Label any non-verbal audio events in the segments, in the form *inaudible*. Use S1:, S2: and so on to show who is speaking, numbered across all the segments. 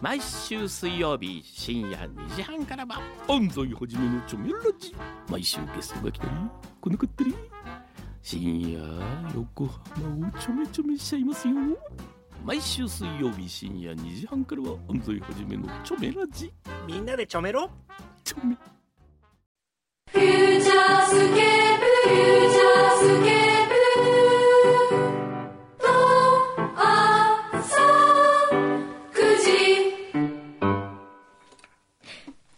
S1: 毎週水曜日深夜2時半からは安西はじめのチョメラジ毎週ゲストが来たり来なかったり深夜横浜をちょめちょめしちゃいますよ毎週水曜日深夜2時半からは安西はじめのチョメラジ
S2: みんなでちょめろ
S1: チョメ
S3: フューチャースケープフューチャースケープと朝九時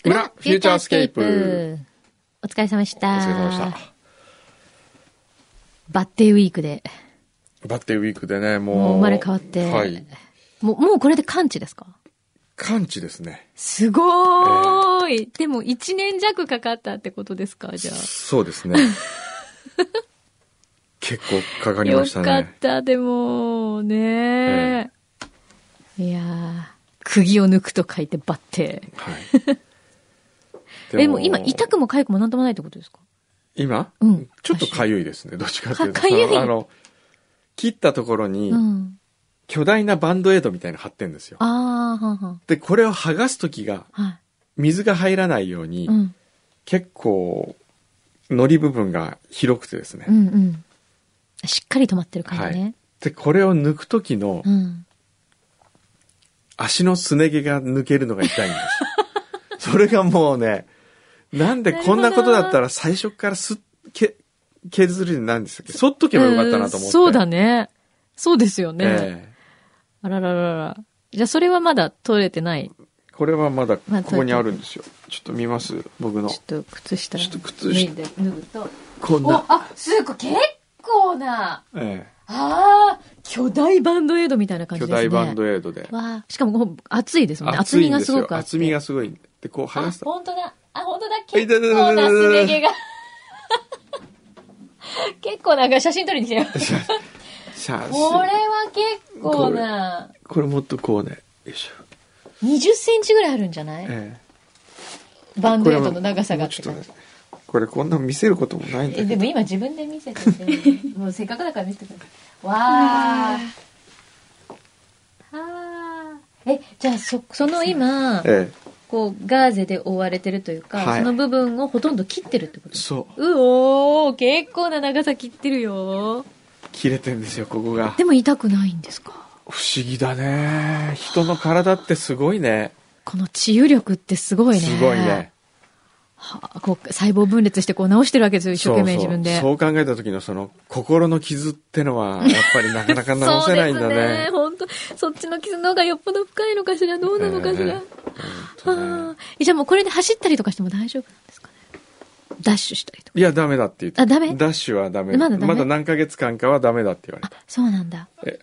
S4: 裏フューチャースケープ。
S5: お疲れ様でした。
S4: お疲れ様でした。
S5: バッテーウィークで。
S4: バッテーウィークでね、もう。
S5: もう生まれ変わって
S4: はい。
S5: もう、もうこれで完治ですか
S4: 完治ですね。
S5: すごーい、でも1年弱かかったってことですかじゃあ。
S4: そうです
S5: *laughs*
S4: ね。結構かかりま
S5: よ
S4: した
S5: かっ
S4: ね。
S5: た、でも、ねーいやー、釘を抜くと書いてバッテ
S4: はい。
S5: ー。 *laughs* え、もう今、痛くも痒くもなんともないってことですか
S4: 今
S5: うん
S4: ちょっとかゆいですね。どっちかっていうと。
S5: か痒い
S4: あの、切ったところに
S5: う、ん。
S4: 巨大なバンドエイドみたいなの貼ってんですよ。
S5: あー、はんはん。
S4: で、これを剥がすときが、
S5: は
S4: 水が入らないよう
S5: い。
S4: に
S5: う、ん。
S4: 結構、糊部分が広くてですね
S5: う。んうん。しっかり止まってる
S4: は
S5: 感じ
S4: い
S5: ね。。
S4: で、これを抜くときの、
S5: うん。
S4: 足のすね毛が抜けるのが痛いんです。
S5: *laughs*
S4: それがもうね、なんでこんなことだったら最初からすっ、け、削るなんですっけそっとけばよかったなと思って。
S5: えーそうだ
S4: ね。
S5: ね。そうですよね。
S4: え
S5: あららららら。じゃあそれはまだ取れてない。
S4: えこれはまだこ
S5: まあ
S4: こにあるんですよ。ちょっと見ます僕の
S5: ち。ょっと靴下。
S4: ちょっと靴下
S5: 脱いで脱ぐと。
S4: こん
S5: お、
S4: な。
S5: あ、すごい、結構な、
S4: え
S5: ああ、巨大バンドエイドみたいな
S4: え
S5: 感じ
S4: 巨
S5: ですね。
S4: 大バンドエイドで。
S5: わあしかもこう、厚いですもんね。厚
S4: 厚い
S5: み
S4: ん
S5: が
S4: です
S5: すご
S4: よ。
S5: くあって
S4: 厚みがすごい。で、こう離す
S5: あ、
S4: と。
S5: 本当だ。あ、本当だ。
S4: いた
S5: 結
S4: いたいた
S5: 構なすね毛が。 *laughs* 結構なんか写真撮りに来てよ。
S4: *laughs* シャー
S5: これ
S4: シ
S5: は結構な、
S4: これもっとこうね。よいしょ。
S5: 20センチぐらいあるんじゃない
S4: ええ
S5: バンドエイドの長さがっ
S4: こ
S5: て
S4: れもち
S5: 感じ
S4: ょっとねこれこんなの見せることもないんだけ
S5: え
S4: ど
S5: でも今自分で見せてて *laughs* もうせっかくだから見せてくださいわーはーえじゃあそその今
S4: え
S5: こうガーゼで覆われてるというか、
S4: はい
S5: その部分をほとんど切ってるってこ
S4: え
S5: と
S4: そう
S5: うおー結構な長さ切ってるよ
S4: 切れてんですよここが
S5: でも痛くないんですか
S4: 不思議だね人の体ってすごいね
S5: この治癒力ってすごいね
S4: すごいね
S5: はあこう細胞分裂してこう治してるわけですよ一生懸命
S4: そうそ
S5: 自
S4: う
S5: 分で
S4: そう考えた時のその心の傷ってのはやっぱりなかなか治せないんだ
S5: そうですね
S4: ね
S5: 本当そっちの傷の方がよっぽど深いのかしらどうなのかしら、
S4: ええ
S5: あ
S4: 本当ね
S5: ーえじゃあもうこれで走ったりとかしても大丈夫なんですかねダッシュしたりとか。
S4: いやダメだって言って
S5: あダメ
S4: ダッシュはダメ
S5: まだダメ
S4: 何ヶ月間かはダメだって言われ
S5: あ
S4: た、
S5: そうなんだ
S4: え。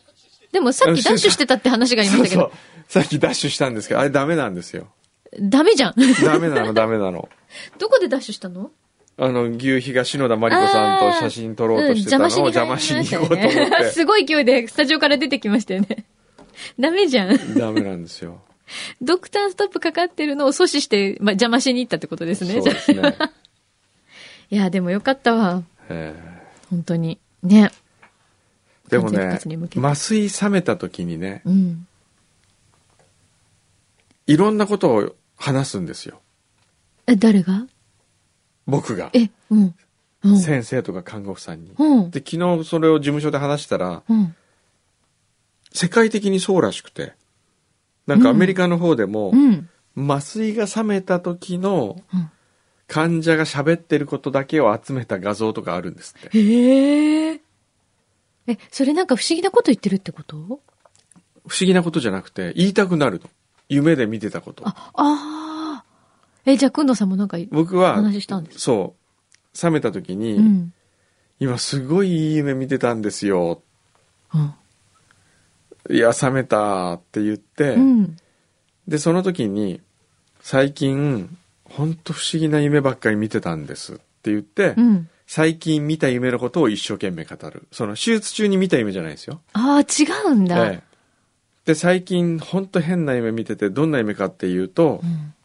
S5: でもさっきダッシュしてたって話がありま
S4: そ
S5: し
S4: う
S5: たけ
S4: そ
S5: ど
S4: う、さっきダッシュしたんですけどあれダメなんですよ
S5: ダメじゃん。 *laughs*
S4: ダメなのダメなの
S5: どこでダッシュしたの
S4: あの、牛皮が篠田麻里子さんと写真撮ろうとしてたのを
S5: うん
S4: 邪魔しに行こうと思っ
S5: 入りましたよね
S4: て。
S5: *laughs* すごい勢いでスタジオから出てきましたよね。ダメじゃん。
S4: ダメなんですよ。
S5: ドクターストップかかってるのを阻止して、ま、邪魔しに行ったってことです
S4: そう
S5: ね。
S4: ですね。
S5: いや、でもよかったわ。
S4: え
S5: 本当に。ね。
S4: ーでも
S5: 完全復
S4: ね
S5: 活に向、けて
S4: 麻酔冷めた時にね、
S5: うん。
S4: いろんなことを話すんですよ。
S5: え、誰が
S4: 僕が。
S5: え、うん。うん。
S4: 先生とか看護婦さんに。
S5: うん。
S4: で、昨日それを事務所で話したら、
S5: うん。
S4: 世界的にそうらしくて、なんかアメリカの方でも
S5: う、ん。
S4: 麻酔が冷めた時の
S5: うん
S4: 患者が喋ってることだけを集めた画像とかあるんですって。
S5: へえ。え、それなんか不思議なこと言ってるってこと
S4: 不思議なことじゃなくて、言いたくなるの。夢で見てたこと。
S5: あ、ああ。え、じゃあ、くんどさんもなんか、
S4: 僕は、
S5: 話したんです
S4: そう、冷めた時に、
S5: うん。
S4: 今すごいいい夢見てたんですよ。
S5: うん。
S4: いや、冷めたって言って、
S5: うん。
S4: で、その時に、最近、ほんと不思議な夢ばっかり見てたんですって言って、
S5: うん。
S4: 最近見た夢のことを一生懸命語る。その手術中に見た夢じゃないですよ。
S5: ああ、違うんだ。
S4: ええで、最近ほんと変な夢見てて、どんな夢かっていうと、
S5: うん。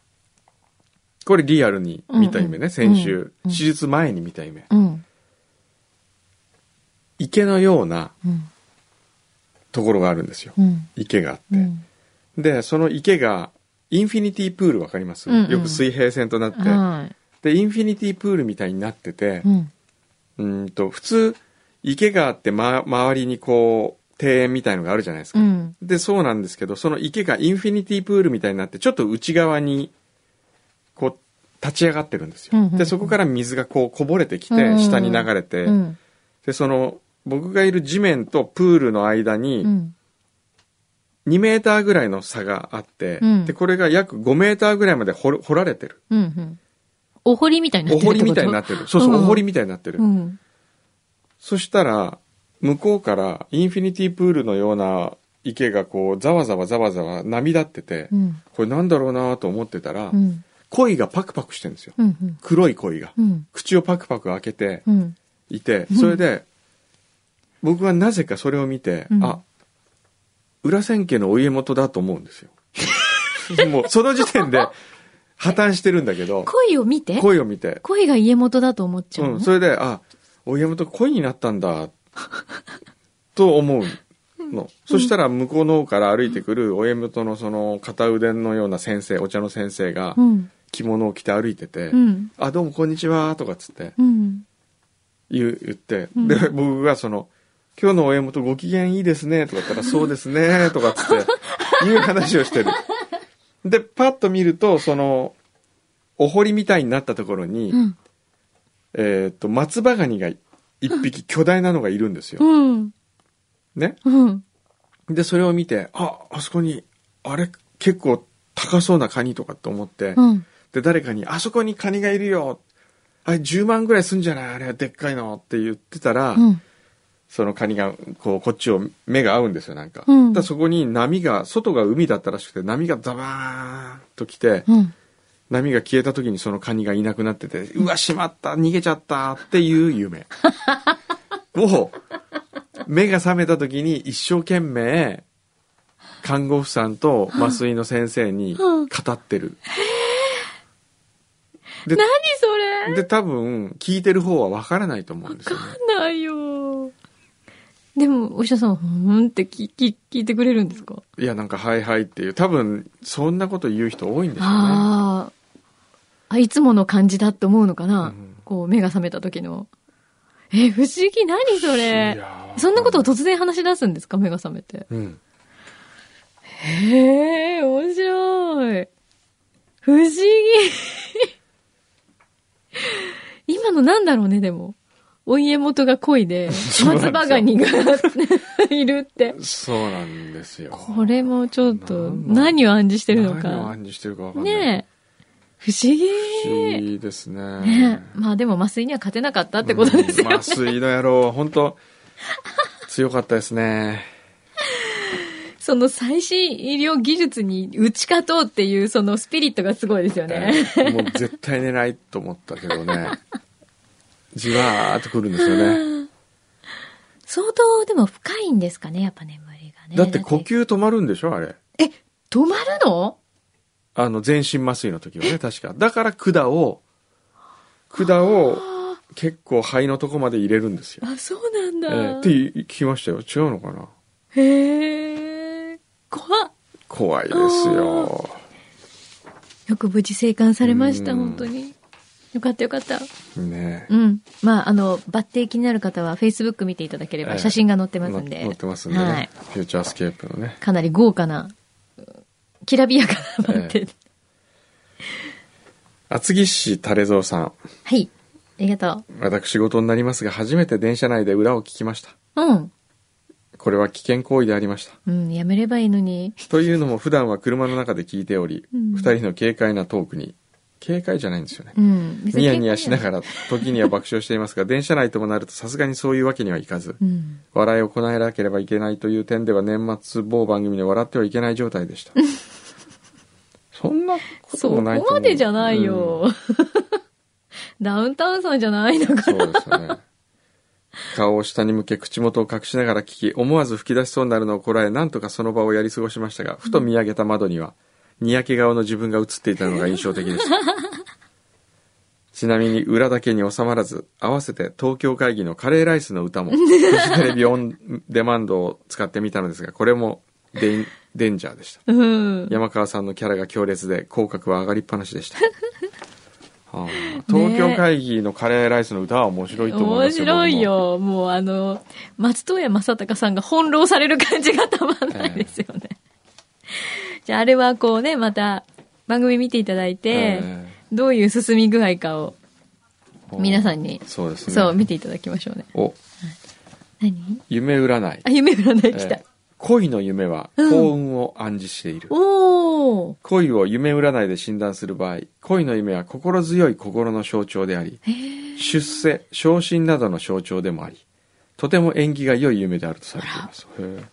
S4: これリアルに見た夢ね、
S5: うんうん
S4: 先週、
S5: うん
S4: 手
S5: うん
S4: 術前に見た夢。
S5: うん。
S4: 池のような
S5: うん。
S4: ところがあるんですよ。
S5: うん。
S4: 池があって。
S5: うん。
S4: で、その池が、インフィニティプールわかります、
S5: うんうん
S4: よく水平線となって、
S5: はい。
S4: で、インフィニティプールみたいになってて
S5: う、ん。
S4: うーんと、普通、池があって、ま、周りにこう、庭園みたいのがあるじゃないです
S5: う
S4: か。
S5: ん。
S4: で、そうなんですけど、その池がインフィニティプールみたいになって、ちょっと内側に、こう、立ち上がってるんですよ。
S5: うんうんうん
S4: で、そこから水がこう、こぼれてきて、
S5: うんうん
S4: 下に流れて、
S5: うん。
S4: で、その、僕がいる地面とプールの間
S5: う
S4: に、
S5: ん。
S4: 2メーターぐらいの差があって、
S5: うん
S4: で、これが約5メーターぐらいまで掘る掘られてる。
S5: うんうん。お堀みたいにな
S4: お
S5: ってるって
S4: 堀
S5: こと
S4: みたいになってる。そうそう、
S5: うん
S4: お堀みたいになってる。
S5: うん。
S4: そしたら、向こうからインフィニティプールのような池がこう、ざわざわざわざわ波立ってて、
S5: うん。
S4: これなんだろうなと思ってたら、
S5: うん。
S4: 鯉がパクパクしてるんですよ。
S5: うん。うん
S4: 黒い鯉が。
S5: うん。
S4: 口をパクパク開けて
S5: うん。
S4: いて、それで、僕はなぜかそれを見て、
S5: うん
S4: あ、裏千家のお家元だと思うんですよ。 *laughs* もうその時点で破綻してるんだけど、
S5: 恋を見て
S4: 鯉を見て、
S5: 恋が家元だと思っちゃう
S4: う
S5: の。
S4: ん、それで、あ、お家元恋になったんだ、と思うの。そしたら向こうの方から歩いてくるお家元のその片腕のような先生、お茶の先生が
S5: うん。
S4: 着物を着て歩いてて、
S5: うん。
S4: あ、どうもこんにちは、とかっつって
S5: うん。
S4: 言う言って、
S5: うん
S4: で、僕がその、今日のお家元ご機嫌いいですね、とか言ったら、そうですね、とかっつって、いう話をしてる。で、パッと見ると、その、お堀みたいになったところに、
S5: うん。
S4: えっ、と、松葉ガニが一匹巨大なのがいるんですよ。
S5: うん。
S4: ね。
S5: うん。
S4: で、それを見て、あ、あそこに、あれ、結構高そうなカニとかって思って、
S5: うん。
S4: で、誰かに、あそこにカニがいるよ。あれ、10万ぐらいすんじゃないあれ、でっかいのって言ってたら、
S5: うん。
S4: そのカニが、こう、こっちを、目が合うんですよ、なんか。
S5: うん
S4: だからそこに波が、外が海だったらしくて、波がザバーンと来て、
S5: うん。
S4: 波が消えた時にそのカニがいなくなってて、うわ、しまった、逃げちゃったっていう
S5: *laughs*
S4: 夢。を、目が覚めた時に一生懸命、看護婦さんと麻酔の先生に
S5: うん
S4: 語ってる。で
S5: 何それ
S4: で、多分、聞いてる方はわからないと思うんですよね。
S5: ないよ。でも、お医者さんは、ふーんって聞き聞いてくれるんですか
S4: いや、なんか、はいはいっていう、多分、そんなこと言う人多いんでしょうね。
S5: ああ。あ、いつもの感じだって思うのか
S4: う
S5: な、
S4: ん
S5: こう、目が覚めた時の。え、不思議、何そ
S4: い
S5: れ
S4: やー
S5: そんなことを突然話し出すんですか目が覚めて。
S4: うん。
S5: へえ、面白い。不思議。 *laughs* 今のなんだろうね、でも。お家元が恋
S4: *laughs*
S5: で、
S4: そうな
S5: 松
S4: んですよ
S5: 葉ガニが *laughs* いるって。
S4: そうなんですよ。
S5: これもちょっ
S4: な
S5: と、
S4: ん
S5: 何を暗示してるの
S4: 何を暗
S5: か。
S4: 示してるかわかんない。
S5: ねえ。不思議。
S4: 不思議ですね。
S5: ねえまあでも麻酔には勝てなかったってことです
S4: う
S5: よ
S4: ん
S5: ね。
S4: 麻酔の野郎は本当強かったですね。
S5: *laughs* その最新医療技術に打ち勝とうっていうそのスピリットがすごいですよね。
S4: もう絶対寝ないと思ったけどね。じわーっとくるんです
S5: *laughs*
S4: よね。
S5: 相当でも深いんですかね、やっぱ眠りがね。
S4: だって呼。吸止まるんでしょあれ。
S5: え、止まるの
S4: あの、全身麻酔の時はね、確か。だから管を、管を
S5: あ
S4: 結構肺のとこまで入れるんですよ。
S5: ーあ、そうなん
S4: え
S5: だ。
S4: ーって聞きましたよ。違うのかな
S5: へえ。怖っ。
S4: 怖いですよ。
S5: よく無事生還されました、
S4: うん
S5: 本当に。よかったよかった。
S4: ね
S5: うん。まあ、あの、抜擢気になる方は Facebook 見ていただけれ
S4: え
S5: ば
S4: え
S5: 写真が載って
S4: 乗
S5: ますんで。
S4: 乗ってますんでね、
S5: はい。
S4: フューチャースケープのね。
S5: かなり豪華な、きらびやかな番手で。
S4: 厚木市垂れ蔵さん。
S5: はい。ありがと
S4: 私事になりますが、初めて電車内で裏を聞きました。
S5: う。うん。
S4: これは危険行為でありました。
S5: うん、やめればいいのに。
S4: というのも普段は車の中で聞いており、
S5: うん
S4: 二人の軽快なトークに、軽快じゃないんですよね。
S5: うん。別に
S4: ニヤニヤしなが
S5: ら。
S4: ら、時には爆笑しています
S5: *laughs*
S4: が、電車内ともなるとさすがにそういうわけにはいかず、
S5: うん。
S4: 笑いをこらえなければいけないという点では年末某番組で笑ってはいけない状態
S5: *laughs*
S4: でした。そんなこと
S5: そ
S4: も
S5: こ
S4: ないと思う。
S5: までじゃないよ。 *laughs* ダウンタウンさんじゃないの
S4: う
S5: か
S4: ん。
S5: ら。
S4: そうですよね。顔を下に向け口元を隠しながら聞き、思わず吹き出しそうになるのをこらえ、なんとかその場をやり過ごしましたが、ふと見上げた窓には、にやけ顔の自分が映っていたのが印象的でした。ちなみに裏だけに収まらず、合わせて東京会議のカレーライスの歌も、フジテレビオンデマンドを使ってみたのですが、これも電デンジャーでした。
S5: うん。
S4: 山川さんのキャラが強烈で口角は上がりっぱなしで
S5: *laughs*
S4: した、はあ東京会議のカレーライスの歌は面白いと思い
S5: 面
S4: ますよ
S5: 白いよ。もうあの、松任谷正隆さんが翻弄される感じがたまんないですよね。じゃああれはこうね、また番組見ていただいて、
S4: え
S5: どういう進み具合かを、
S4: 僕も
S5: 皆さんに
S4: そうですね
S5: そう、見ていただきましょうね。
S4: お
S5: 何
S4: 夢占い
S5: あ、夢占い *laughs* 来た。
S4: ええ恋の夢は幸
S5: うん
S4: 運を暗示している、
S5: おー。
S4: 恋を夢占いで診断する場合恋の夢は心強い心の象徴であり出世昇進などの象徴でもありとても縁起が良い夢であるとされていますへえ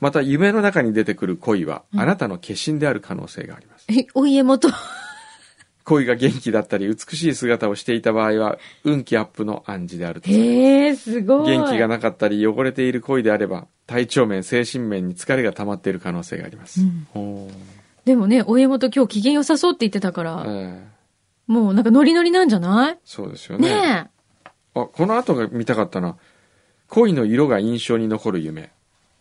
S4: また夢の中に出てくる恋は、あなたの化身である可能性があります
S5: え、お
S4: *laughs*
S5: 家元。
S4: 恋が元気だったり美しい姿をしていた場合は運気アップの暗示であるとされます
S5: へえ、すごい。
S4: 元気が
S5: な
S4: なかったり汚れている恋であれば体調面精神面に疲れが溜まっている可能性があります、
S5: うん
S4: ほ
S5: でもね、お家元今日機嫌良さそうって言ってたか
S4: う
S5: ら、
S4: ええ
S5: もうなんかノリノリなんじゃない
S4: そうですよね
S5: ねえ。
S4: あこの後が見たかったな恋の色が印象に残る夢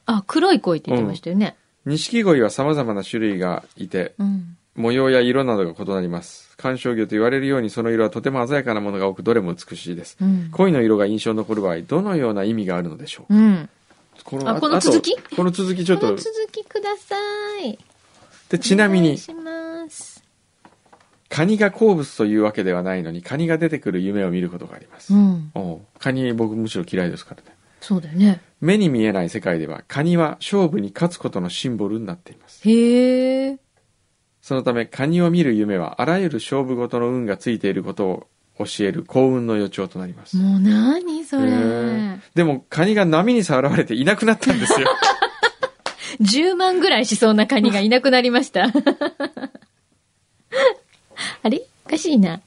S5: あ、黒い恋って言ってましたよね。
S4: 錦鯉は様々な種類がいて
S5: うん。
S4: 模様や色などが異なります観賞魚と言われるようにその色はとても鮮やかなものが多くどれも美しいです、
S5: うん。
S4: 恋の色が印象に残る場合どのような意味があるのでしょう
S5: うん。
S4: こ
S5: あこの続き
S4: あとこの続きちょっ
S5: ことの続きください。
S4: でちなみ
S5: お願い
S4: に
S5: します。
S4: カニが好物というわけではないのにカニが出てくる夢を見ることがあります、
S5: うん。
S4: おうカニ僕むしろ嫌いですからね
S5: そうだよね。
S4: 目に見えない世界ではカニは勝負に勝つことのシンボルになっています
S5: へえ。
S4: そのためカニを見る夢はあらゆる勝負事の運がついていることを教える幸運の予兆となります、
S5: もう何それ。
S4: へえでもカニが波にさらわれていなくなったんですよ
S5: 10万ぐらいしそうなカニがいなくなりました。 *laughs* あれおかしいな。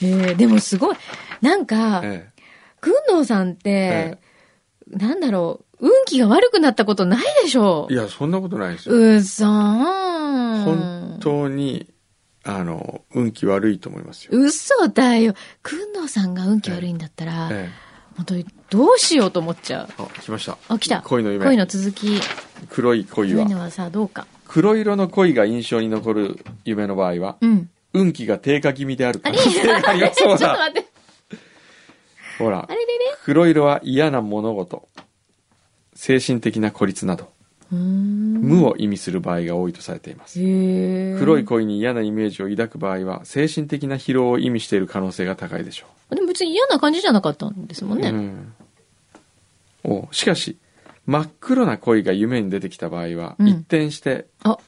S5: えー、でもすごい。なんか、
S4: ええ
S5: くんのうさんって、なんだろう、運気が悪くなったことないでしょ
S4: いやそんなことないですよ
S5: うそーん。
S4: 本当にあの運気悪いと思いますよ、
S5: 嘘だよ。くんのうさんが運気悪いんだったら、
S4: ええ、
S5: 本当にどうしようと思っちゃう。
S4: あ来ました
S5: あ、来た。
S4: 恋の夢
S5: 恋の続き。
S4: 黒い恋
S5: 恋
S4: は
S5: のはさ、どうか。
S4: 黒色の恋が印象に残る夢の場合は、
S5: うん。
S4: 運気が低下気味である可
S5: あ
S4: 能 *laughs*
S5: れ
S4: 性
S5: *laughs*
S4: があります
S5: ちょ
S4: ほ
S5: っと
S4: ら
S5: 待って。
S4: ほら
S5: あれれれ
S4: 黒色は嫌な物事精神的な孤立など
S5: うーん。
S4: 無を意味する場合が多いとされています
S5: へー
S4: 黒い。恋に嫌なイメージを抱く場合は精神的な疲労を意味している可能性が高いでしょ
S5: でも別に嫌な感じじゃなかったんですも
S4: う、
S5: んね。
S4: うんおしかし真っ黒な恋が夢に出てきた場合は、
S5: うん
S4: 一転して
S5: あ、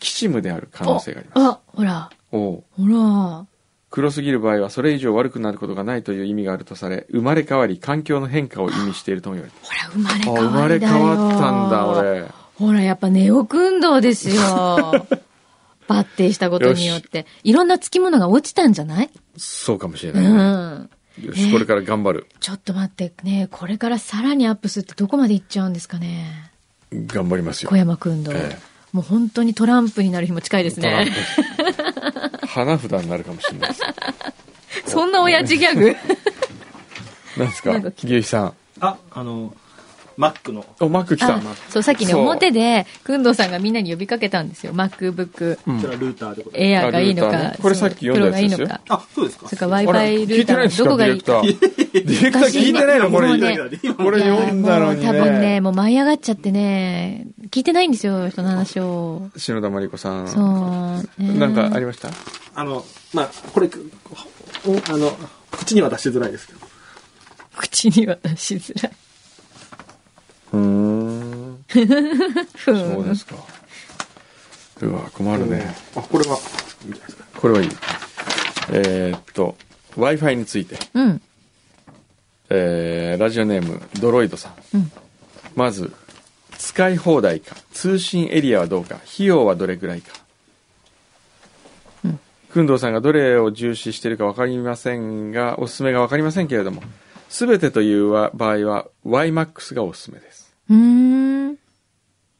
S4: きしむである可能性があります
S5: あ、ほら、
S4: おう
S5: ほら。
S4: 黒すぎる場合はそれ以上悪くなることがないという意味があるとされ生まれ変わり環境の変化を意味しているとも言われ
S5: ほら、生まれ
S4: て
S5: 変
S4: る
S5: わ
S4: あ
S5: りだ
S4: 生まれ変わ
S5: よ
S4: ったんだ。俺
S5: ほら、やっぱネオ運動です
S4: *laughs*
S5: よ。抜定したことによって。いろんなつきものが落ちたんじゃない
S4: そうかもしれ
S5: う。
S4: なんいよしこれから頑張る
S5: ちょっと待ってね、これからさらにアップするってどこまで行っちゃうんですかね。
S4: 頑張りますよ
S5: 小山君の、
S4: ええ
S5: もう本当にトランプになる日も近いですね。
S4: 花札になるかもしれないです
S5: *laughs* そんな親父ギャ
S4: *laughs*
S5: グ
S4: 何です
S5: な
S4: か
S5: んか来
S4: 牛
S5: た
S4: 肥さん
S2: あ、あの、マックの。
S4: おマック来た
S5: あそう、さっきね、
S4: そう
S5: 表で、くんどうさんがみんなに呼びかけたんですよ。MacBook
S4: ん
S2: こちらルーターでございます。
S5: エアーがいいの
S4: あルーター
S5: か
S4: ね、これさっき読んだやつですよ
S5: プロがいいのか、
S2: あ、そうですか。
S5: それか
S4: あら聞い
S5: Wi-Fi ルータ
S4: て
S5: ー
S4: ないんです
S5: のどこ
S4: か
S5: が
S4: ディレク
S5: いい
S4: タ
S5: か。
S4: ーディレクター聞いてないのこ
S5: もう
S4: れ
S5: ね
S4: これ読んだのに
S5: いやもう多分ね、
S4: ね
S5: もう舞い上がっちゃってね、聞いてないんですよ、人の話を。
S4: 篠田真理子さ
S5: そ
S4: ん
S5: う。ね
S4: なんかありました
S2: あの、まあ、これ、おあの、口には出しづらいですけど。
S5: 口には出しづらい。
S4: うん
S5: ふん。
S4: そうですかうわ困るね
S2: あ、これは、いいんじゃないですか。
S4: これはいい。えーっと、Wi-Fi について、
S5: うん。
S4: えーラジオネーム、ドロイドさん。
S5: うん
S4: まず、使い放題か、通信エリアはどうか、費用はどれくらいか。くんどうさんがどれを重視しているか分かりませんが、おすすめが分かりませんけれども、すべてというわ場合は YMAX がおすすめです。
S5: うーん。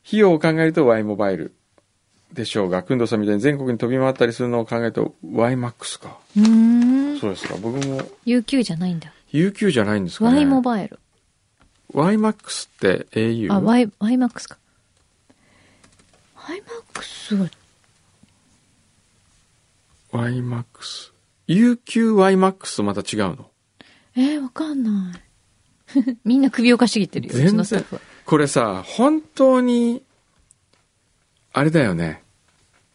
S4: 費用を考えると Y モバイルでしょうが、くんどうさんみたいに全国に飛び回ったりするのを考えると YMAX か。
S5: うーん。
S4: そうですか、僕も
S5: UQ じゃないんだ。
S4: UQ じゃないんですかね
S5: Y モバイル。
S4: YMAX って au?
S5: あ、Y、YMAX か。イマックスは
S4: YMAX。UQYMAX とまた違うの
S5: えー、わかんない *laughs* みんな首をかしげてるようち
S4: 全
S5: のスタッ
S4: 然
S5: フは。
S4: これさ、本当に、あれだよね。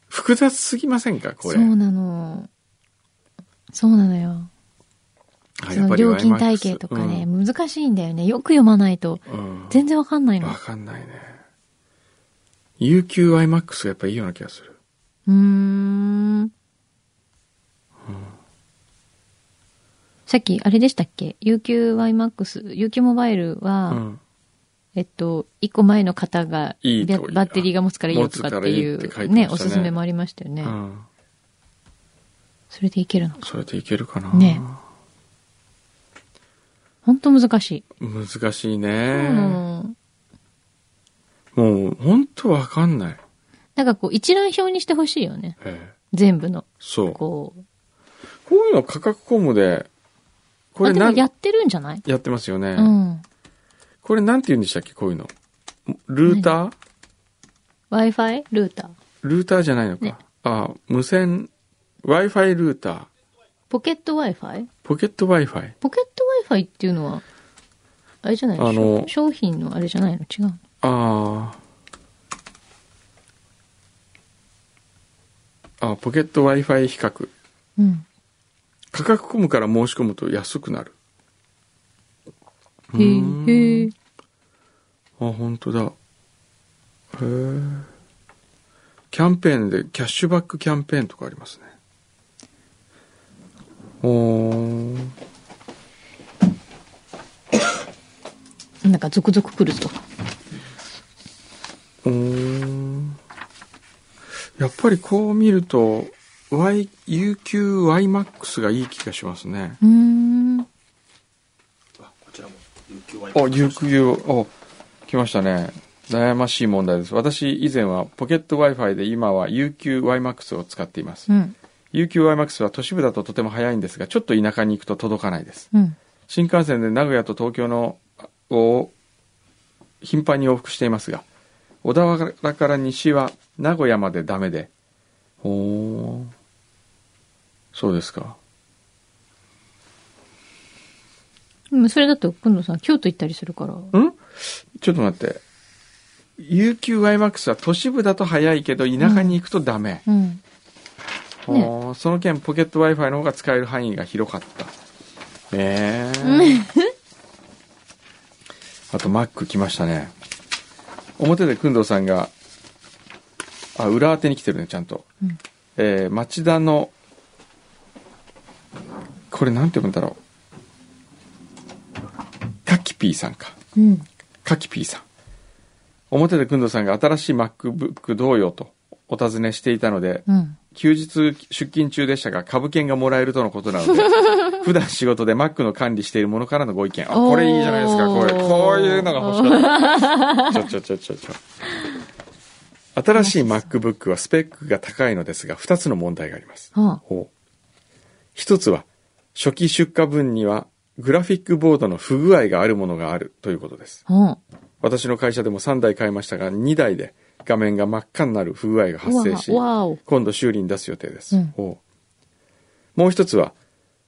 S4: 複雑すぎませんかこれ。
S5: そうなのそうなのよ
S4: あ
S5: そ
S4: やっぱ
S5: の
S4: り
S5: 料金
S4: YMAX
S5: 体系とかね、難しいんだよねよく読まないと
S4: うん
S5: 全然わかんないの
S4: わかんないね。UQYMAX がやっぱいいような気がする。
S5: うーんさっき、あれでしたっけ ?UQYMAX、UQ モバイルは、
S4: うん。
S5: えっと、一個前の方が、
S4: いいと
S5: ババッテリーが持つからいいよとかって
S4: 持
S5: い、
S4: つからいいって書いうてましたね
S5: ね、おすすめもありましたよね。
S4: うん。
S5: それでいけるのか。
S4: それでいけるかな。
S5: ねほんと難しい。
S4: 難しいうね。
S5: ん。
S4: もう、本当わかんない。
S5: なんかこう、一覧表にしてほしいよね。
S4: ええ
S5: 全部の。
S4: そう。こ
S5: こう。
S4: ういうの価格コムで、これ
S5: あでも
S4: なん
S5: やってるんじゃない
S4: やってますよね。
S5: うん。
S4: これなんて言うんでしたっけこういうの。ルーター
S5: Wi-Fi? ルーター。
S4: ルーターじゃないのか。
S5: ね
S4: あ、無線、Wi-Fi ルーター、
S5: ポケット Wi-Fi?
S4: ポケット Wi-Fi。
S5: ポケット Wi-Fi っていうのは、あれじゃない
S4: あの
S5: 商品のあれじゃないの違うの
S4: ああ。あ、ポケット Wi-Fi 比較。
S5: うん。
S4: 価格コムから申し込むと安くなる。
S5: へえ、へえ。
S4: あ、本当だ。へえ。キャンペーンで、キャッシュバックキャンペーンとかありますね。おー。
S5: なんか続々来るぞ。
S4: うーんやっぱりこう見ると Y UQYMAX がいい気がしますね。
S5: うーん。
S2: こちらも UQY
S4: あ、UQ、あ、来ましたね。悩ましい問題です。私以前はポケット Wi-Fi で今は UQYMAX を使っています。
S5: うん。
S4: UQYMAX は都市部だととても早いんですが、ちょっと田舎に行くと届かないです。
S5: うん。
S4: 新幹線で名古屋と東京のを頻繁に往復していますが小田原から西は名古屋までダメでほうそうですか
S5: でもそれだと、今度さん、京都行ったりするから。
S4: んちょっと待って UQYMAX は都市部だと早いけど田舎に行くとダメ、
S5: うん。うんね
S4: ほうその件ポケット Wi-Fi の方が使える範囲が広かったねえあとマック来ましたね表で工藤さんがあ裏当てに来てるねちゃんと、
S5: うん
S4: えー町田のこれなんて読むんだろうカキピーさんか
S5: うん。
S4: カキピーさん表で工藤さんが新しい MacBook どうよとお尋ねしていたので、
S5: うん。
S4: 休日出勤中でしたが株券がもらえるとのことなの *laughs* で普段仕事で Mac の管理しているものからのご意見あこれいいじゃないですかこれ
S5: おー
S4: こういうのが欲しかったちょちょちょちょちょ新しい MacBook はスペックが高いのですが2つの問題があります
S5: はあ。
S4: ほう一つは初期出荷分にはグラフィックボードの不具合があるものがあるということです
S5: はあ。
S4: 私の会社でも3台買いましたが2台で画面が真っ赤になる不具合が発生し
S5: わわお。
S4: 今度修理に出す予定です、
S5: うん
S4: ほうもう一つは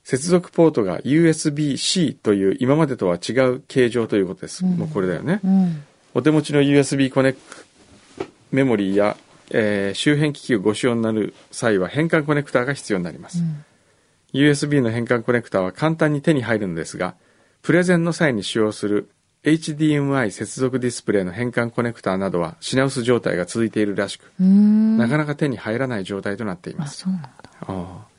S4: 接続ポートが USB-C という今までとは違う形状ということです、
S5: うん
S4: もうこれだよね、
S5: うん。
S4: お手持ちの USB コネクメモリーや、えー周辺機器をご使用になる際は変換コネクターが必要になります、
S5: うん。
S4: USB の変換コネクタは簡単に手に入るのですが、プレゼンの際に使用する HDMI 接続ディスプレイの変換コネクタなどは品薄状態が続いているらしく、
S5: うーん。
S4: なかなか手に入らない状態となっていま
S5: あ、
S4: す。
S5: そうなんだ。
S4: ああ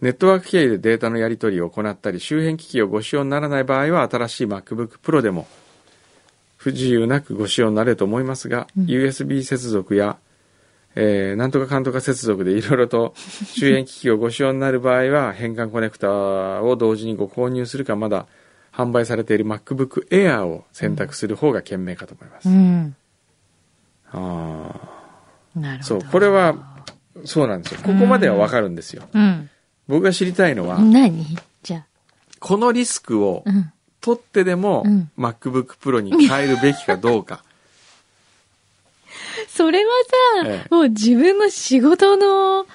S4: ネットワーク経由でデータのやり取りを行ったり、周辺機器をご使用にならない場合は、新しい MacBook Pro でも不自由なくご使用になれると思いますが、
S5: うん
S4: USB 接続や、えーなんとかかんとか接続でいろいろと周辺機器をご使用になる場合は、変換コネクタを同時にご購入するか、まだ販売されている MacBook Air を選択する方が賢明かと思います。
S5: うん。
S4: あ
S5: なる
S4: あ
S5: ほ
S4: そ
S5: ど。
S4: う、これは、そうなんですよ。ここまではわかるんですよ。
S5: うん。
S4: 僕が知りたいのは、
S5: 何じゃ
S4: このリスクを
S5: あ。うん。
S4: 取ってでも、
S5: うん *laughs*
S4: MacBook Pro に変えるべきかどうか。
S5: それはさ、
S4: ええ
S5: もう自分の仕事の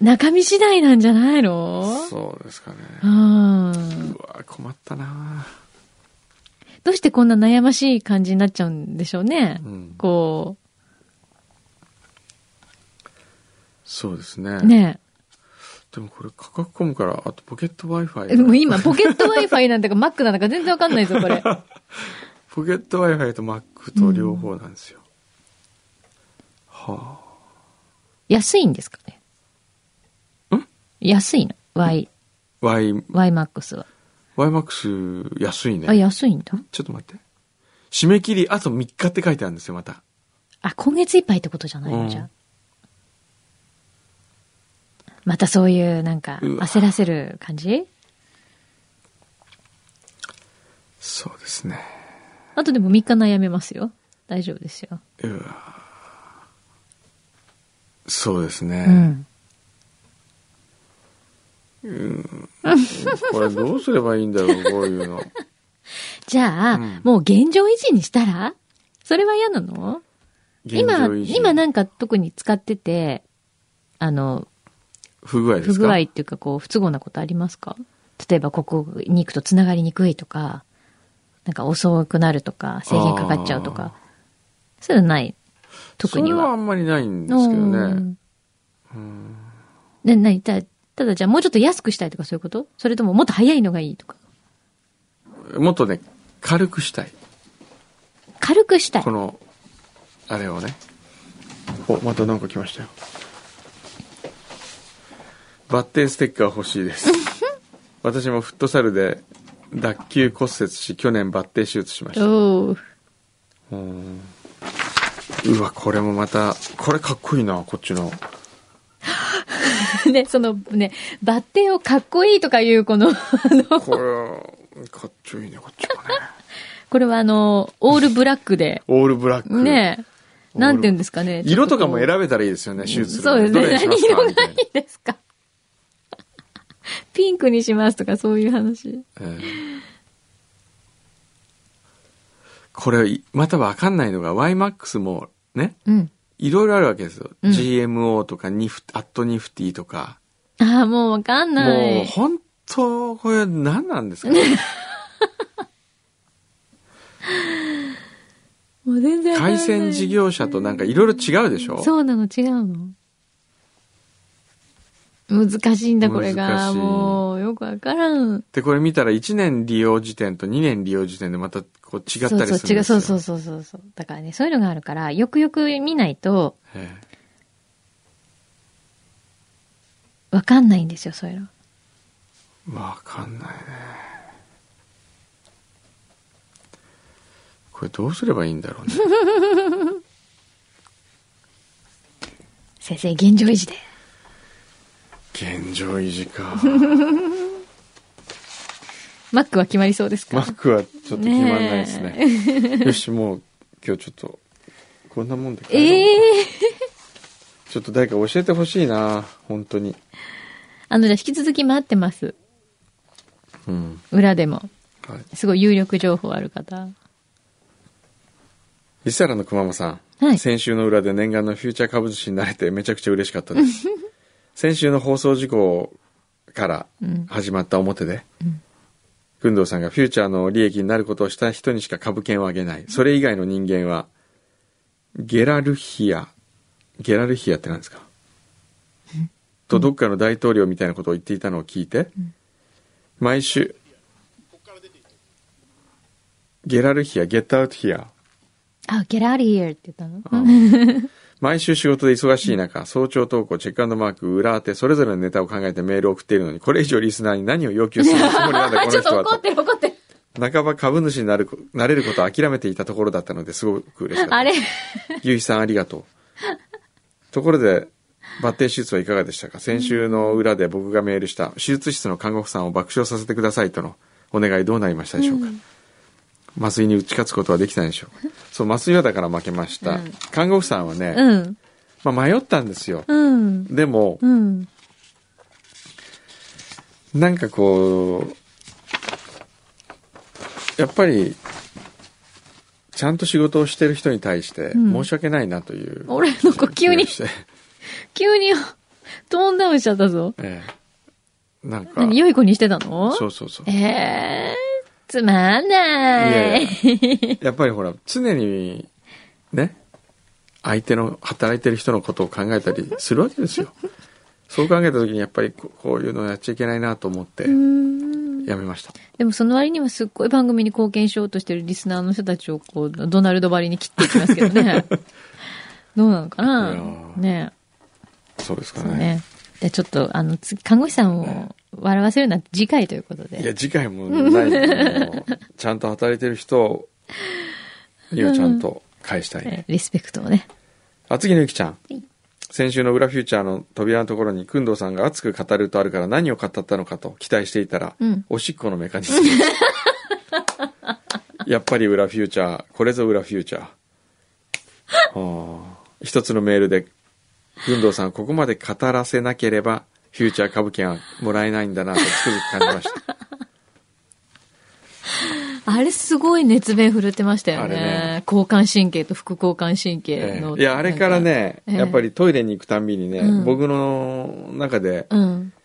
S5: 中身次第なんじゃないの
S4: そうですかね。
S5: うん
S4: うわ困ったな
S5: どうしてこんな悩ましい感じになっちゃうんでしょうね。
S4: うん
S5: こ
S4: そうですね。
S5: う、ね
S4: でもこれ価格込むから、あとポケット Wi-Fi。
S5: え。もう今、ポケット Wi-Fi なんだか Mac なんだか全然わかんないぞ、
S4: *laughs*
S5: これ。
S4: ポケット Wi-Fi と Mac と両方なんですよ。はあ。
S5: 安いんですかね。
S4: ん
S5: 安いの。Y、
S4: Y、
S5: YMAX は。
S4: YMAX 安いね。
S5: あ、安いんだ。
S4: ちょっと待って。締め切りあと3日って書いてあるんですよ、また。
S5: あ、今月いっぱいってことじゃないの、
S4: うん
S5: じゃあ。またそういう、なんか、
S4: うわ
S5: 焦らせる感じ
S4: そうですね。
S5: あとでも3日悩めますよ。大丈夫ですよ。
S4: うわそうです
S5: う
S4: ね。
S5: ん。
S4: これどうすればいいんだ
S5: *laughs*
S4: ろう、こういうの。
S5: じゃあ、
S4: うん
S5: もう現状維持にしたらそれは嫌なの今、今
S4: ね
S5: なんか特に使ってて、あの、
S4: 不具合で
S5: 不
S4: すか
S5: 具合っていうかこう、不都合なことありますか例えば、ここに行くと繋がりにくいとか、なんか遅くなるとか、制限かかっちゃうと
S4: あー
S5: か、そういうのない。特に
S4: それはあ
S5: は。
S4: んまりないんですけど
S5: う
S4: ね。
S5: んで、なに、たただじゃあもうちょっと安くしたいとかそういうことそれとももっと早いのがいいとか。
S4: もっとね、軽くしたい。
S5: 軽くしたい
S4: こ。の、あれをね。お、またなんか来ましたよ。バッテンステッカー欲しい
S5: *laughs*
S4: です。私もフットサルで脱臼骨折し、去年バッテン手術しました。
S5: おー *laughs*
S4: うんうわ、これもまた、これかっこいいな、こっちの。
S5: ね、そのね、バッテンをかっこいいとかいう、この、あ *laughs* の、
S4: これ、かっちょいいね、こっちもね。
S5: これはあの、オールブラックで、
S4: オールブラック。
S5: ね、なんて言うんですかね。
S4: 色とかも
S5: べ
S4: 選べたらいいですよね、手術する
S5: そうです
S4: どれ
S5: ね。
S4: にします
S5: 何色
S4: か
S5: が
S4: みたい
S5: い
S4: な。
S5: いですか *laughs* ピンクにしますとかそういう話。
S4: ええこれ、またわかんないのが、YMAX もね、
S5: うん。
S4: いろいろあるわけですよ。
S5: うん
S4: GMO とか、ニフアットニフティとか。
S5: ああ、もうわかんな
S4: もう、
S5: い。
S4: 本当これ何なんですか
S5: *laughs*
S4: ね。
S5: もう全然わか
S4: 回
S5: んない。
S4: 線事業者となんかいろいろ違うでしょ
S5: そうなの、違うの。難しいんだ、これ
S4: 難
S5: が。
S4: しい
S5: もう、よくわからん。
S4: で、これ見たら1年利用時点と2年利用時点でまたこう違ったりするんですよ。。
S5: そうそう、違う、そうそううそうそうそう。だからね、そういうのがあるから、よくよく見ないと、わかんないんですよ、そういうの。
S4: わかんないね。これどうすればいいんだろ *laughs* うね。
S5: 先生、現状維持で。
S4: 現状維持か。
S5: マックは決まりそうです
S4: マ
S5: か
S4: ックはちょっと決まんないです *laughs* ね。よし、もう今日ちょっと、こんなもんで帰ろう
S5: ええ
S4: ちょっと誰か教えてほしいな、本当に。
S5: あの、じゃあ引き続き待ってます。
S4: うん。
S5: 裏でも。
S4: はい。
S5: すごい有力情報ある方。
S4: 石原の熊間さん、
S5: はい
S4: 先週の裏で念願のフューチャー株主になれてめちゃくちゃ嬉しかった
S5: *laughs*
S4: です。先週の放送事故から
S5: うん
S4: 始まった表で、軍藤さんがフューチャーの利益になることをした人にしか株券をあげない。それ以外の人間は、ゲラルヒア、ゲラルヒアって何ですかとどっかの大統領みたいなことを言っていたのを聞いて、毎週、ゲラルヒア、ゲットアウトヒア。
S5: あ、get out of here って言ったの
S4: あ毎週仕事で忙しい中、早朝投稿、チェックマーク、裏当て、それぞれのネタを考えてメールを送っているのに、これ以上リスナーに何を要求するつもりなんだ、こ
S5: あ、 *laughs* ち
S4: の人
S5: ょっと
S4: は
S5: 怒
S4: と
S5: っ。てる怒ってる。
S4: 半ば株主になるこ、なれることを諦めていたところだったのですごく嬉しかった。
S5: あれ
S4: ゆうひさんありがとう。ところで、抜定手術はいかがでしたか先週の裏で僕がメールした、手術室の看護婦さんを爆笑させてくださいとのお願いどうなりましたでしょうか、麻酔に打ち勝つことはできたんでしょうかそう、麻酔はだから負けました。
S5: うん
S4: 看護婦さんはね、
S5: うん。
S4: まあ、迷ったんですよ。
S5: うん。
S4: でも、
S5: うん。
S4: なんかこう、やっぱり、ちゃんと仕事をしてる人に対して
S5: うん
S4: 申し訳ないなという、
S5: 俺なんか急に
S4: 気がして
S5: 急にトーンダウンしちゃったぞ。
S4: *laughs* ええなんか
S5: 何、良い子にしてたの
S4: そうそうそう
S5: えー、つまんない。
S4: いやっぱりほら常にね相手の働いてる人のことを考えたりするわけです
S5: *laughs*
S4: よそう考えた時にやっぱりここういうのやっちゃいけないなと思って
S5: うーん
S4: やめました、
S5: でもその割にはすっごい番組に貢献しようとしてるリスナーの人たちをこう、ドナルドばりに切っていきますけど *laughs* ね。どうなのかない
S4: やー
S5: ね
S4: そうです
S5: え
S4: か
S5: そう
S4: ね
S5: ね。で、ちょっと、あの、次、看護師さんを笑わせるのは次回ということ
S4: いや
S5: で。
S4: 次回もないもうちゃんと働いてる人にはちゃんと返したい、ね
S5: えリスペクトをね。
S4: 厚木のゆきちゃん
S5: い。
S4: 先週の裏フューチャーの扉のところに、くんどうさんが熱く語るとあるから何を語ったのかと期待していたら、
S5: うん
S4: おしっこのメカニズ
S5: *laughs*
S4: ム。やっぱり裏フューチャー、これぞ裏フューチャー。ああ一つのメールで、くんどうさん、ここまで語らせなければ、フューチャー株券はもらえないんだなとつくづく感じました。
S5: あれすごい熱弁振るってましたよ
S4: あれ
S5: ね。
S4: ね
S5: 交感神経と副交感神経
S4: え
S5: の。
S4: えいや、あれからね、
S5: なんかええ
S4: やっぱりトイレに行くたんびにね、
S5: うん
S4: 僕の中で、
S5: うん。 *laughs*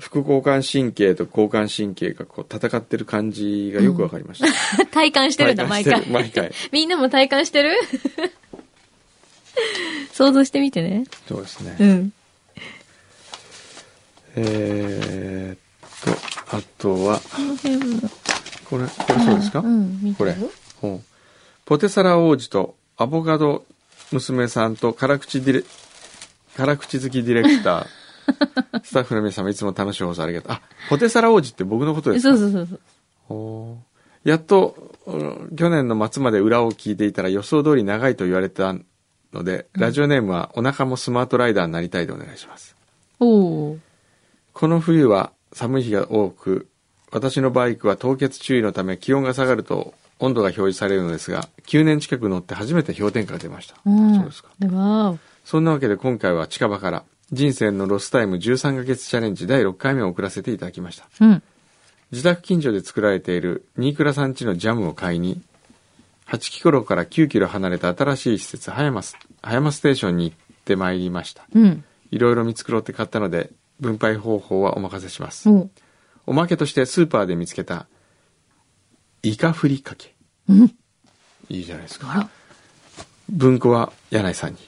S4: 副交感神経と交感神経がこう戦ってる感じがよくわかりました。
S5: 体感してるんだ、毎
S4: 体感
S5: 回
S4: して。る毎回。
S5: みんなも体感してる *laughs* 想像してみてね。
S4: そうですね。
S5: *laughs* うん。
S4: えーっと、あとは、
S5: この辺も。
S4: これ、これそうですか、
S5: うん、見て
S4: これ
S5: る。
S4: うんポテサラ王子とアボカド娘さんと辛口ディレ、辛口好きディレク
S5: *laughs*
S4: ター、スタッフの皆様いつも楽しい放送ありがとう。あ、ポテサラ王子って僕のことですか
S5: そうそうそうそう。
S4: おーやっとうん去年の末まで裏を聞いていたら予想通り長いと言われたので、ラジオネームはお腹もスマートライダーになりたいでお願いします
S5: おー
S4: この冬は寒い日が多く私のバイクは凍結注意のため気温が下がると温度が表示されるのですが9年近く乗って初めて氷点下が出ました、
S5: うん。
S4: そうですか
S5: では、
S4: そんなわけで今回は近場から人生のロスタイム13ヶ月チャレンジ第6回目を送らせていただきました
S5: うん。
S4: 自宅近所で作られている新倉さん家のジャムを買いに8キロから9キロ離れた新しい施設葉山ス葉山ステーションに行ってまいりました
S5: うん。
S4: いろいろ見繕って買ったので分配方法はお任せします、
S5: おう。
S4: おまけとしてスーパーで見つけたイカふりかけ
S5: うん。
S4: いいじゃないですか
S5: あら。
S4: 文庫は柳井さんに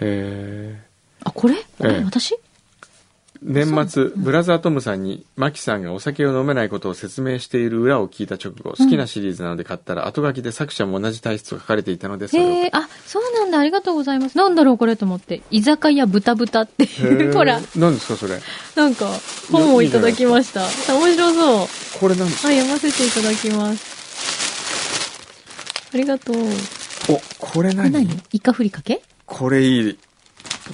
S4: へえ
S5: あ、これこ
S4: え
S5: れ
S4: え
S5: 私
S4: 年末ブラザートムさんにマキさんがお酒を飲めないことを説明している裏を聞いた直後好きなシリーズなので買ったら後書きで作者も同じ体質が書かれていたのでそれを
S5: へえ、あ、そうなんだ。ありがとうございます。なんだろう、これと思って。居酒屋豚豚っていう。 *laughs* ほら
S4: へ、え何ですかそれ
S5: なんか、本をいただきました。面白そう。
S4: これ何
S5: はい、読ませていただきます。ありがとう。
S4: おこれ何
S5: 何イカふりかけ
S4: これいい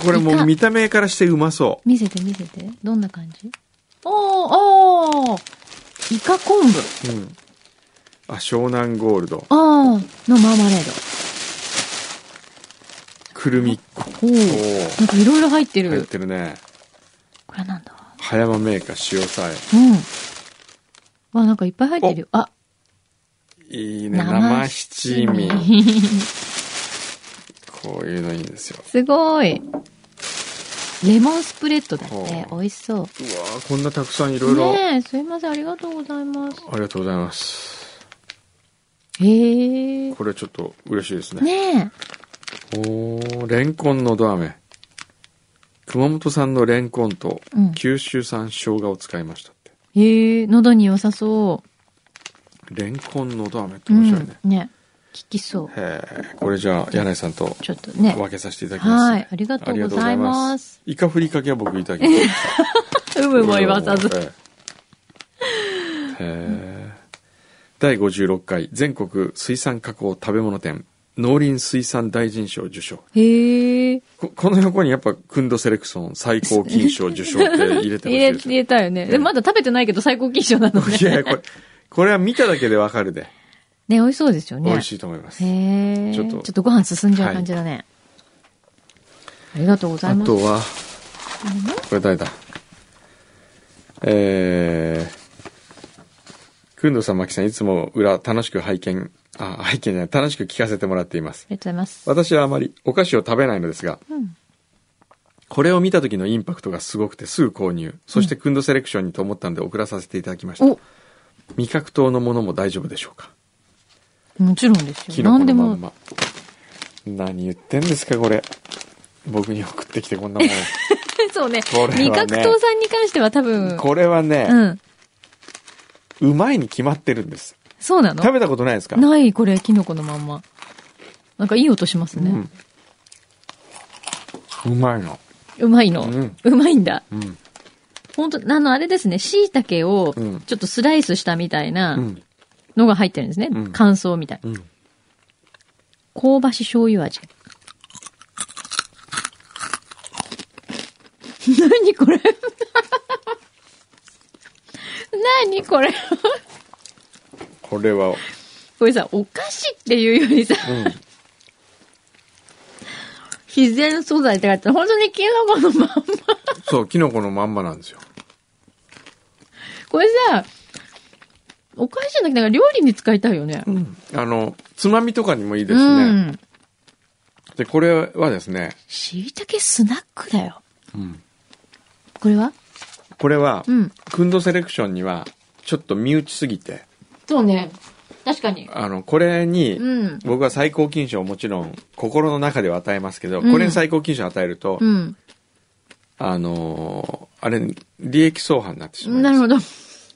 S4: これもう見た目からしてうまそ
S5: 見せて見せて。どんな感じおー、おーイカ昆布。
S4: う、うん、あ湘南ゴールド
S5: あー、のマーマレー
S4: くるみ
S5: ド。お
S4: お
S5: ー。
S4: ー
S5: なんかいろいろ入って
S4: 入っ
S5: る。
S4: てるね
S5: これなんだ
S4: 葉山メーカー塩さえ
S5: うん。わ、なんかいっぱい入ってるよ。あ、
S4: いいね生
S5: 生
S4: 七味こういうのいいんですよ
S5: すごい。レモンスプレッドだって。
S4: ほ
S5: 美味しそう
S4: わーこんなたくさんいろいろ
S5: ねえ、すいません。ありがとうございます。
S4: ありがとうございます
S5: へえ。
S4: これちょっと嬉しいですね
S5: ね
S4: おーレンコンのど飴熊本産のレンコンと
S5: うん
S4: 九州産生姜を使いましたって、
S5: え。へえ、喉に良さそ
S4: レンコンのど飴って
S5: う。
S4: 面白いね、
S5: うん。ね。聞きそう。
S4: へえこれじゃあ柳井さんと
S5: ちょっとね。
S4: 分けさせていただきます、
S5: はい。ありがとうございま
S4: あ
S5: す。
S4: りがとうございますイカふりかけは僕いただきます
S5: うむも言わさず。
S4: ええへえ第56回全国水産加工食べ物展農林水産大臣賞受賞
S5: へえ。
S4: ここの横にやっぱクンドセレクション最高金賞受賞って入れてほし
S5: *laughs* 入
S4: い
S5: れ、
S4: です
S5: 入
S4: よ
S5: れたよね。でまだ食べてないけど最高金賞なのね。
S4: いやいやこれこれは見ただけでわかるで
S5: ね、美味しそうですよね。
S4: 美味しいと思います、
S5: へえ。
S4: ち
S5: ち
S4: ょ
S5: ょ
S4: っ
S5: っ
S4: と
S5: とご飯進んじゃう感じだね。ありがとうござい
S4: あ
S5: ます。
S4: とはこれ誰だえー、くんどさんまきさんいつも裏楽しく拝見あ、背景じゃない。楽しく聞かせてもらっています。
S5: りがとうございます。
S4: 私はあまりお菓子を食べないのですが、
S5: うん。
S4: これを見た時のインパクトがすごくてすぐ購入。そしてクンドセレクションにと思ったので送らさせていただきました。
S5: お、
S4: 味覚糖のものも大丈夫でしょうか
S5: もちろんです
S4: キノコ
S5: よ。何で
S4: のま
S5: も
S4: ん。ま。何言ってんですか、これ。僕に送ってきてこんなもの。
S5: *laughs* そうね
S4: これはね
S5: 味覚糖さんに関しては多 *laughs* 分、
S4: これはね、
S5: うん。
S4: うまいに決まってるんです。
S5: そうなの
S4: 食べたことないですか
S5: ない、これ、キノコのまんま。なんかいい音しますね。
S4: うん。うまいの。
S5: うまいの
S4: うん。
S5: うまいんだ。
S4: うん。
S5: 本当あの、あれですね、椎茸を
S4: うん、。
S5: ちょっとスライスしたみたいうなんのが入ってるんですね。
S4: うん
S5: 乾燥みたいな。
S4: うん。
S5: 香ばし醤油味。 *laughs* 何これ *laughs* 何これ *laughs*
S4: これは、
S5: これさ、お菓子っていうよりさ、
S4: うん。
S5: 自然素材って書いてある本当にキノコのまんま。
S4: そう、キノコのまんまなんですよ。
S5: これさ、お菓子じゃなくて、なんか料理に使いたいよね。
S4: うん。あの、つまみとかにもいいで
S5: う
S4: すね。
S5: ん。
S4: で、これはですね、
S5: しいたけスナックだよ。
S4: うん。
S5: これは
S4: これは
S5: う、ん。
S4: くんどセレクションには、ちょっと身内すぎて、
S5: そうね。確かに。
S4: あの、これに、
S5: うん。
S4: 僕は最高金賞をもちろん心の中では与えますけど、
S5: うん
S4: これに最高金賞を与えると、
S5: うん。
S4: あのーあれ、利益相反になってしまいま
S5: な
S4: す。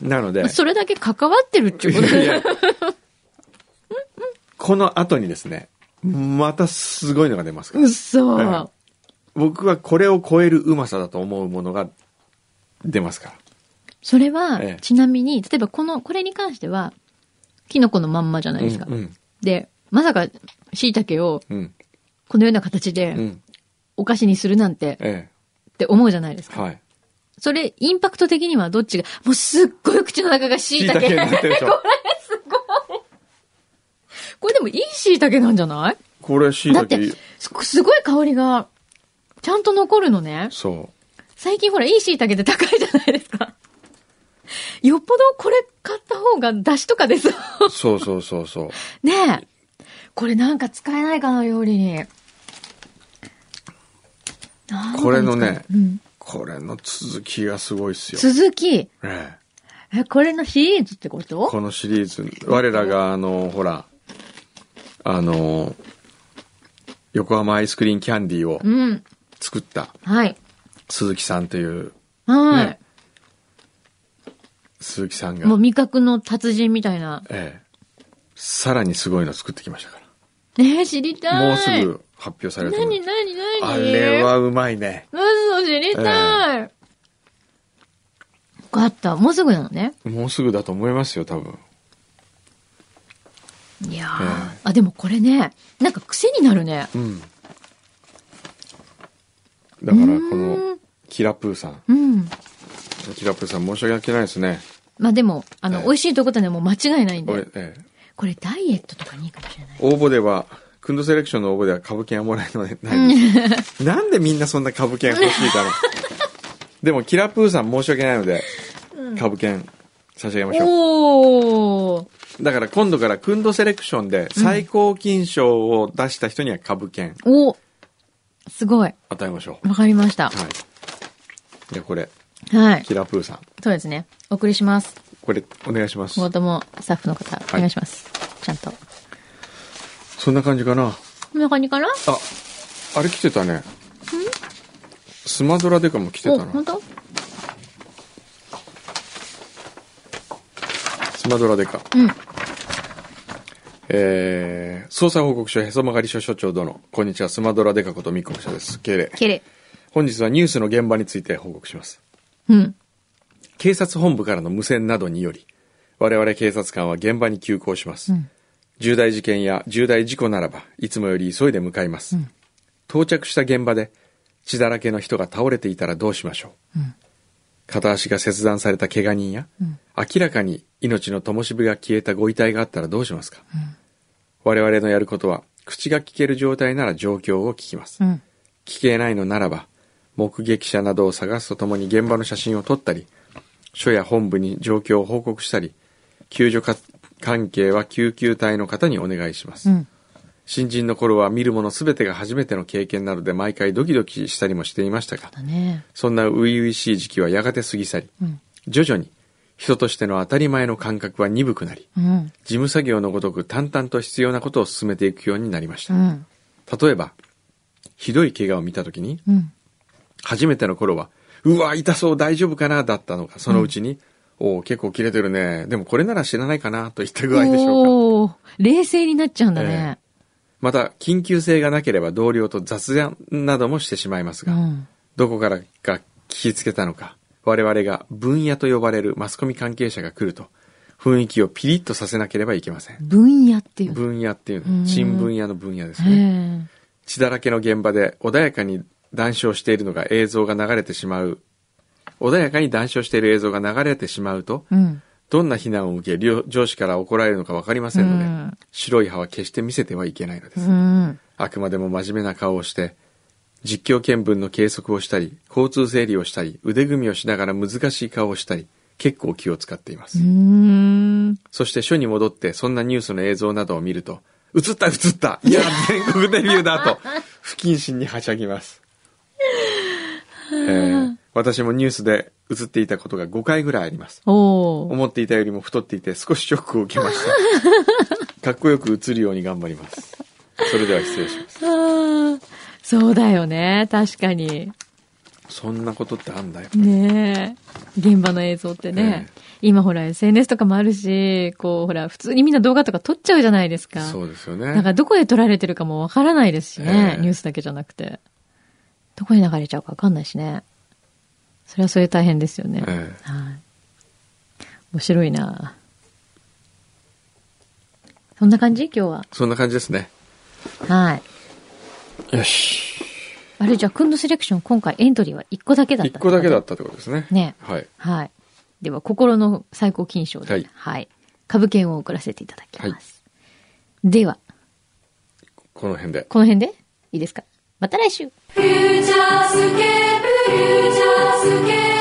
S5: るほど。
S4: なので、
S5: *laughs* それだけ関わってるっていうことだ
S4: *laughs* いや
S5: よ
S4: い。やこの後にですね、またすごいのが出ますから
S5: う。そ。
S4: うん僕はこれを超えるうまさだと思うものが出ますから。
S5: それは、
S4: ええ
S5: ちなみに、例えばこの、これに関しては、キノコのまんまじゃないですか。
S4: うん、うん、
S5: で、まさか、椎茸を
S4: うん、
S5: このような形
S4: う
S5: で
S4: ん。
S5: お菓子にするなんて、
S4: え
S5: って思うじゃないです
S4: え、
S5: か。
S4: はい。
S5: それ、インパクト的にはどっちが、もうすっごい口の中が椎茸。
S4: 椎茸になってるでしょ
S5: これすごい。 *laughs* これでもいい椎茸なんじゃない
S4: これ椎
S5: だっ
S4: 茸
S5: てす、すごい香りが、ちゃんと残るのね。
S4: そ
S5: 最近ほら、いい椎茸って高いじゃないですか。 *laughs* よっぽどこれ買った方が、出汁とか
S4: *laughs*
S5: です。
S4: う。そうそうそうそう。
S5: ねえ。これなんか使えないかな、料理に。なんかに使え
S4: これのね
S5: うん。
S4: これの続きがすごいっすよ。
S5: 続き、
S4: ええ。
S5: え、これのシリーズってこと
S4: このシリーズ、我らが、あの、ほら、あの、横浜アイスクリーンキャンディーを
S5: うん。
S4: 作った
S5: はい。
S4: 鈴木さんという、
S5: はい。
S4: ね鈴木さんが
S5: もう、味覚の達人みたいな。
S4: ええ、さらにすごいの作ってきましたか
S5: ねえ、知りた
S4: ら。
S5: い。
S4: もうすぐ発表されると思
S5: 何
S4: います
S5: 何何
S4: あれ。はうまいね。
S5: 嘘知りたい。よかった。もうすぐなのね。
S4: もうすぐだと思いますよ、多分。
S5: いやー、
S4: ええ
S5: あ、でもこれね、なんか癖になるね。
S4: うん。だから、
S5: うーん
S4: この、キラプーさん。
S5: うん。
S4: キラプーさん、申し訳ないですね。
S5: まあでも、あの、
S4: ええ
S5: 美味しいとことはね、もう間違いないん
S4: おえ
S5: で。
S4: え
S5: これダイエットとかにいいかもしれない。
S4: 応募では、クンドセレクションの応募では株券はもらえるのでない
S5: *laughs*
S4: です。なんでみんなそんな株券欲しいだろう。でも、キラプーさん申し訳ないので、株券差し上げましょ
S5: おー。
S4: う。だから今度からクンドセレクションで最高金賞を出した人には株券
S5: おすごい。
S4: 与えましょう。
S5: わかりまし
S4: は
S5: た。
S4: い。じゃあこれ、
S5: はい。
S4: キラプーさん。
S5: そうですね。お送りします。
S4: これ、お願いします
S5: 今。後ともスタッフの方、お願いします。ちゃんと。
S4: そんな感じかな。
S5: こんな感じかな
S4: あ、あれ来てたね。スマドラデカも来て
S5: お、
S4: た
S5: 本
S4: な。
S5: 当？
S4: スマドラデカ。
S5: うん。
S4: えー、捜査報告書へそ曲がり署所長殿、こんにちは、スマドラデカこと三雲社です。敬礼。
S5: 綺麗。
S4: 本日はニュースの現場について報告します。
S5: うん。
S4: 警察本部からの無線などにより、我々警察官は現場に急行します。
S5: ん
S4: 重大事件や重大事故ならば、いつもより急いで向かいます。到着した現場で、血だらけの人が倒れていたらどうしましょう。片足が切断された怪我人や、明らかに命の灯火が消えたご遺体があったらどうしますか。我々のやることは、口が聞ける状態なら状況を聞きます。
S5: うん。
S4: 聞けないのならば目撃者などを探すとともに現場の写真を撮ったり署や本部に状況を報告したり救助活関係は救急隊の方にお願いします、
S5: うん。
S4: 新人の頃は見るもの全てが初めての経験なので毎回ドキドキしたりもしていましたが
S5: だね。
S4: そんな初々しい時期はやがて過ぎ去り
S5: うん。
S4: 徐々に人としての当たり前の感覚は鈍くなり
S5: うん。
S4: 事務作業のごとく淡々と必要なことを進めていくようになりまし
S5: う
S4: た、
S5: ん。
S4: 例えばひどい怪我を見た時に
S5: うん。
S4: 初めての頃はうわ痛そう大丈夫かなだったのがそのうちに、おお結構切れてるねでもこれなら死なないかなといった具合でしょうか
S5: おおー冷静になっちゃうんだね。
S4: また緊急性がなければ同僚と雑談などもしてしまいます
S5: う
S4: が、
S5: ん。
S4: どこからか聞きつけたのか我々が分野と呼ばれるマスコミ関係者が来ると雰囲気をピリッとさせなければいけません
S5: 分野っていうの。
S4: 分野っていう
S5: う
S4: の
S5: ん
S4: 新分野の分野ですね
S5: へえ
S4: 血だらけの現場で穏やかに談笑しているのが映像が流れてしまう穏やかに談笑している映像が流れてしまうと
S5: うん。
S4: どんな非難を受け両上司から怒られるのか分かりませんので、
S5: うん
S4: 白い歯は決して見せてはいけないのです、
S5: うん。
S4: あくまでも真面目な顔をして、実況見分の計測をしたり、交通整理をしたり、腕組みをしながら難しい顔をしたり、結構気を使っています。
S5: うん。
S4: そして署に戻って、そんなニュースの映像などを見ると、映った映ったいや、全国デビューだと、不謹慎にはしゃぎます。えー私もニュースで映っていたことが5回ぐらいあります。
S5: おお
S4: 思っていたよりも太っていて少しショックを受けま *laughs* した。かっこよく映るように頑張ります。それでは失礼します。
S5: そうだよね。確かに。
S4: そんなことってあんだよ。
S5: ねえ。現場の映像ってね。今ほら SNS とかもあるし、こうほら、普通にみんな動画とか撮っちゃうじゃないですか。
S4: そうですよ
S5: だから
S4: ね。
S5: どこで撮られてるかもわからないですしね、
S4: ええ
S5: ニュースだけじゃなくて。どこに流れちゃうかわかんないしね。それはそれで大変ですよね。
S4: ええ
S5: はい。面白いなそんな感じ今日は。
S4: そんな感じですね。
S5: はい。
S4: よし。
S5: あれじゃあ、くんのセレクション今回エントリーは1個だけだったん
S4: 一
S5: ですか
S4: 個だけだったってことですね。
S5: ね
S4: はい。
S5: はい。では、心の最高金賞で、は
S4: はいい。
S5: 株券を送らせていただきます。では、
S4: この辺で。
S5: この辺でいいですかまた来週
S3: フューチャースケープフューチャースケープ